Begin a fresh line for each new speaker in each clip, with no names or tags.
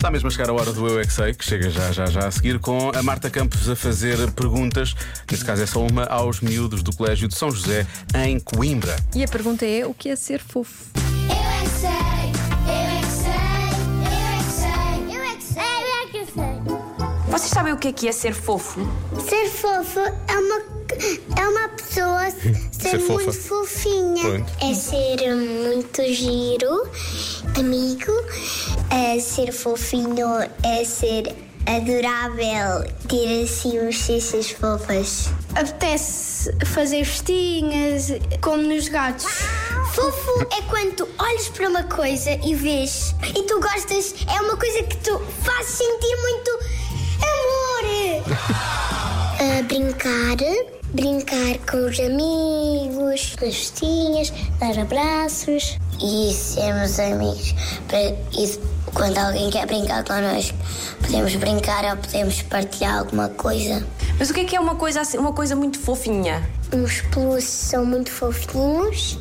Está mesmo a chegar a hora do Eu é que Sei, que chega já, já, já a seguir, com a Marta Campos a fazer perguntas, neste caso é só uma, aos miúdos do Colégio de São José, em Coimbra.
E a pergunta é: o que é ser fofo?
Eu é que sei, eu é que sei, eu é que sei, eu é que sei, eu é que sei, eu é que sei.
Vocês sabem o que é que é ser fofo?
Ser fofo é uma, é uma pessoa ser,
fofa.
muito fofinha.
Pronto.
É ser muito giro, amigo, é ser fofinho, é ser adorável, ter assim os cestas fofas.
Apetece fazer festinhas, como nos gatos.
Fofo é quando tu olhas para uma coisa e vês e tu gostas, é uma coisa que tu faz sentir muito amor. Ah, brincar, brincar com os amigos, nas festinhas, dar abraços. E sermos amigos. Para- e quando alguém quer brincar connosco, podemos brincar ou podemos partilhar alguma coisa.
Mas o que é que é uma coisa assim, uma coisa muito fofinha?
Os pelúcios são muito fofinhos,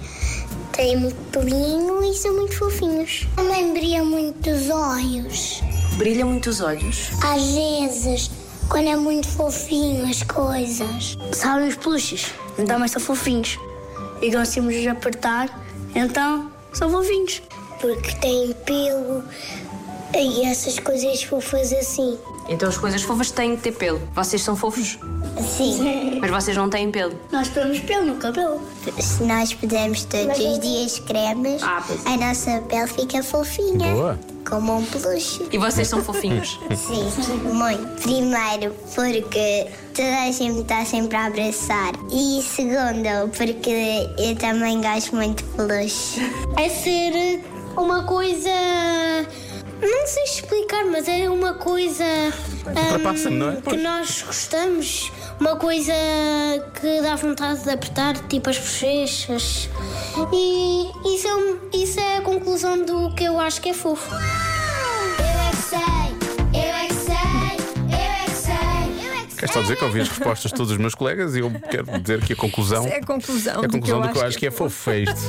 têm muito pelinho e são muito fofinhos. Também brilham muito os olhos.
Brilha muito os olhos.
Às vezes, quando é muito fofinho as coisas.
Sabem os peluches? Então, mas são fofinhos. E gostamos de os apertar, então são fofinhos.
Porque têm pelo e essas coisas fofas assim.
Então as coisas fofas têm que ter pelo. Vocês são fofos,
Sim.
mas vocês não têm pelo.
Nós pomos pelo no cabelo.
Se nós pudermos todos os dias cremes,
é assim. Ah, pois.
a nossa pele fica fofinha.
Boa.
Como um peluche.
E vocês são fofinhos.
Sim, muito. Primeiro, porque toda a gente está sempre a abraçar. E segundo, porque eu também gosto muito de peluche. É ser uma coisa. Não sei explicar, mas é uma coisa. hum,
Ultrapassa-me, não é?
Que nós gostamos. Uma coisa que dá vontade de apertar, tipo as bochechas. E isso é, um- isso é a conclusão do que eu acho que é fofo.
Eu é que sei, eu é que sei, eu é que sei, eu é que sei.
Quero só dizer que ouvi as respostas de todos os meus colegas e eu quero dizer que a conclusão
É a conclusão,
é a conclusão
do que eu acho
que é fofo, é isto.